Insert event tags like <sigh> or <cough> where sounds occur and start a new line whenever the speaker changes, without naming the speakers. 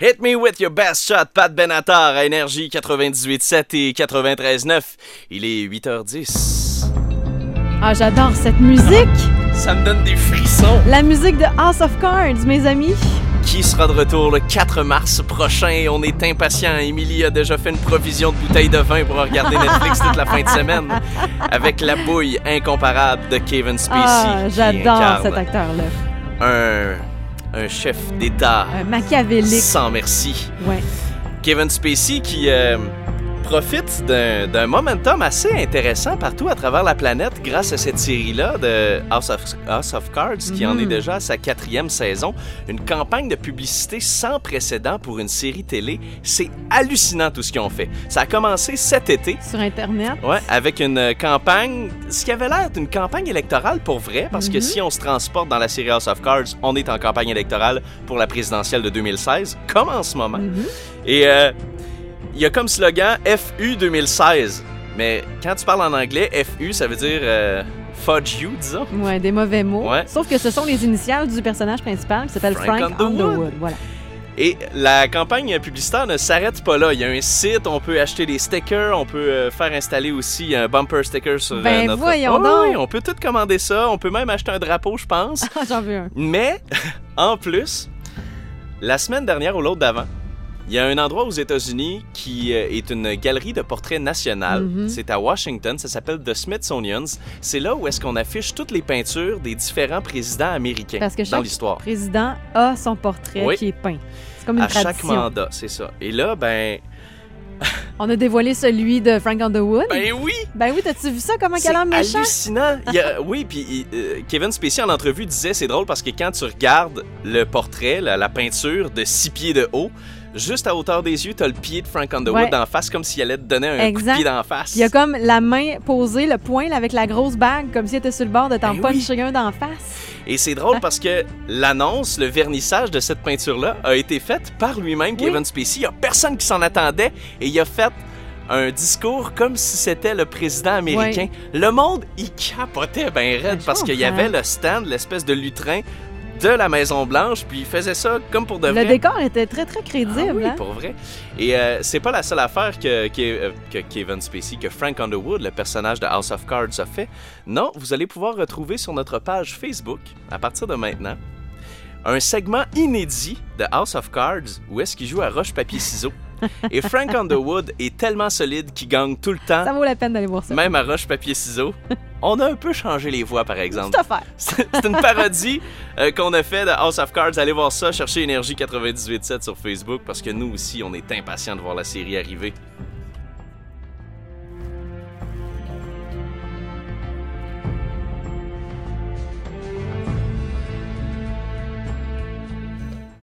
Hit me with your best shot, Pat Benatar à Énergie 98.7 et 93.9. Il est 8h10.
Ah, j'adore cette musique!
Ça me donne des frissons.
La musique de House of Cards, mes amis.
Qui sera de retour le 4 mars prochain? On est impatients. Émilie a déjà fait une provision de bouteilles de vin pour
<laughs>
regarder Netflix toute la fin de semaine avec la bouille incomparable de Kevin Spacey.
Ah,
qui
j'adore
incarne
cet acteur-là.
Un, un chef d'État
Un machiavélique.
sans merci.
Ouais.
Kevin Spacey qui euh, profite d'un d'un momentum assez intéressant partout à travers la planète grâce à cette série-là de House of, House of Cards qui en
Mhm.
est déjà à sa quatrième saison. Une campagne de publicité sans précédent pour une série télé. C'est hallucinant tout ce qu'ils ont fait. Ça a commencé cet été.
Sur Internet.
Ouais, avec une euh, campagne, ce qui avait l'air d'une campagne électorale pour vrai, parce que
Mhm.
si on se transporte dans la série House of Cards, on est en campagne électorale pour la présidentielle de 2016, comme en ce moment.
Mhm.
Et euh, il y a comme slogan FU 2016. Mais quand tu parles en anglais, FU, ça veut dire euh, Fudge You, disons.
Ouais, des mauvais mots.
Ouais.
Sauf que ce sont les initiales du personnage principal qui s'appelle
Frank
Frank,
Underwood.
Underwood. Voilà. <laughs>
Et la campagne publicitaire ne s'arrête pas là. Il y a un site, on peut acheter des stickers, on peut euh, faire installer aussi un bumper sticker sur euh,
Ben,
notre...
voyons
Oh,
donc!
oui, on peut tout commander ça, on peut même acheter un drapeau, je pense.
Ah, J'en veux un.
Mais, <laughs> en plus, la semaine dernière ou l'autre d'avant, il y a un endroit aux États-Unis qui euh, est une galerie de portraits nationales.
Mhm.
C'est à Washington, ça s'appelle The Smithsonian's. C'est là où est-ce qu'on affiche toutes les peintures des différents présidents américains
Parce que
dans
chaque
l'histoire.
président a son portrait
Oui.
qui est peint. C'est comme une
À chaque
tradition.
mandat, c'est ça. Et là, ben,
On a dévoilé celui de Frank Underwood.
ben oui,
Ben oui, t'as-tu vu ça comme un
c'est
calme méchant?
hallucinant. Il y
<laughs>
a- oui, puis il- euh, Kevin Spacey en entrevue disait c'est drôle parce que quand tu regardes le portrait, la, la peinture de six pieds de haut, juste à hauteur des yeux, t'as le pied de Frank Underwood
Ouais.
en face comme s'il allait te donner un coup
Exact.
de pied d'en face.
Puis Il y a comme la main posée, le poing là, avec la grosse bague, comme si était sur le bord de t'en
Ben oui.
puncher un d'en face.
Et c'est drôle parce que l'annonce, le vernissage de cette peinture-là a été faite par lui-même,
Oui.
Kevin Spacey. Il n'y a personne qui s'en attendait et il a fait un discours comme si c'était le président américain. Le monde, il capotait ben raide
Ben, je
parce qu'il y
comprends.
avait le stand, l'espèce de lutrin de la Maison-Blanche, puis il faisait ça comme pour de
Le
vrai.
décor était très, très
Ah
crédible.
oui,
hein?
pour vrai. Et euh, c'est pas la seule affaire que, que, euh, que Kevin Spacey, que Frank Underwood, le personnage de House of Cards, a fait. Non, vous allez pouvoir retrouver sur notre page Facebook, à partir de maintenant, un segment inédit de House of Cards où est-ce qu'il joue à
<laughs>
roche-papier-ciseaux. Et Frank Underwood est tellement solide qu'il gagne tout le
Ça
temps,
vaut la peine d'aller voir ça.
même à roche-papier-ciseaux. On a un peu changé les voix, par exemple.
Tout à fait.
C'est c'est une parodie euh, qu'on a fait de House of Cards. Allez voir ça, cherchez Énergie 98.7 sur Facebook parce que nous aussi, on est impatients de voir la série arriver.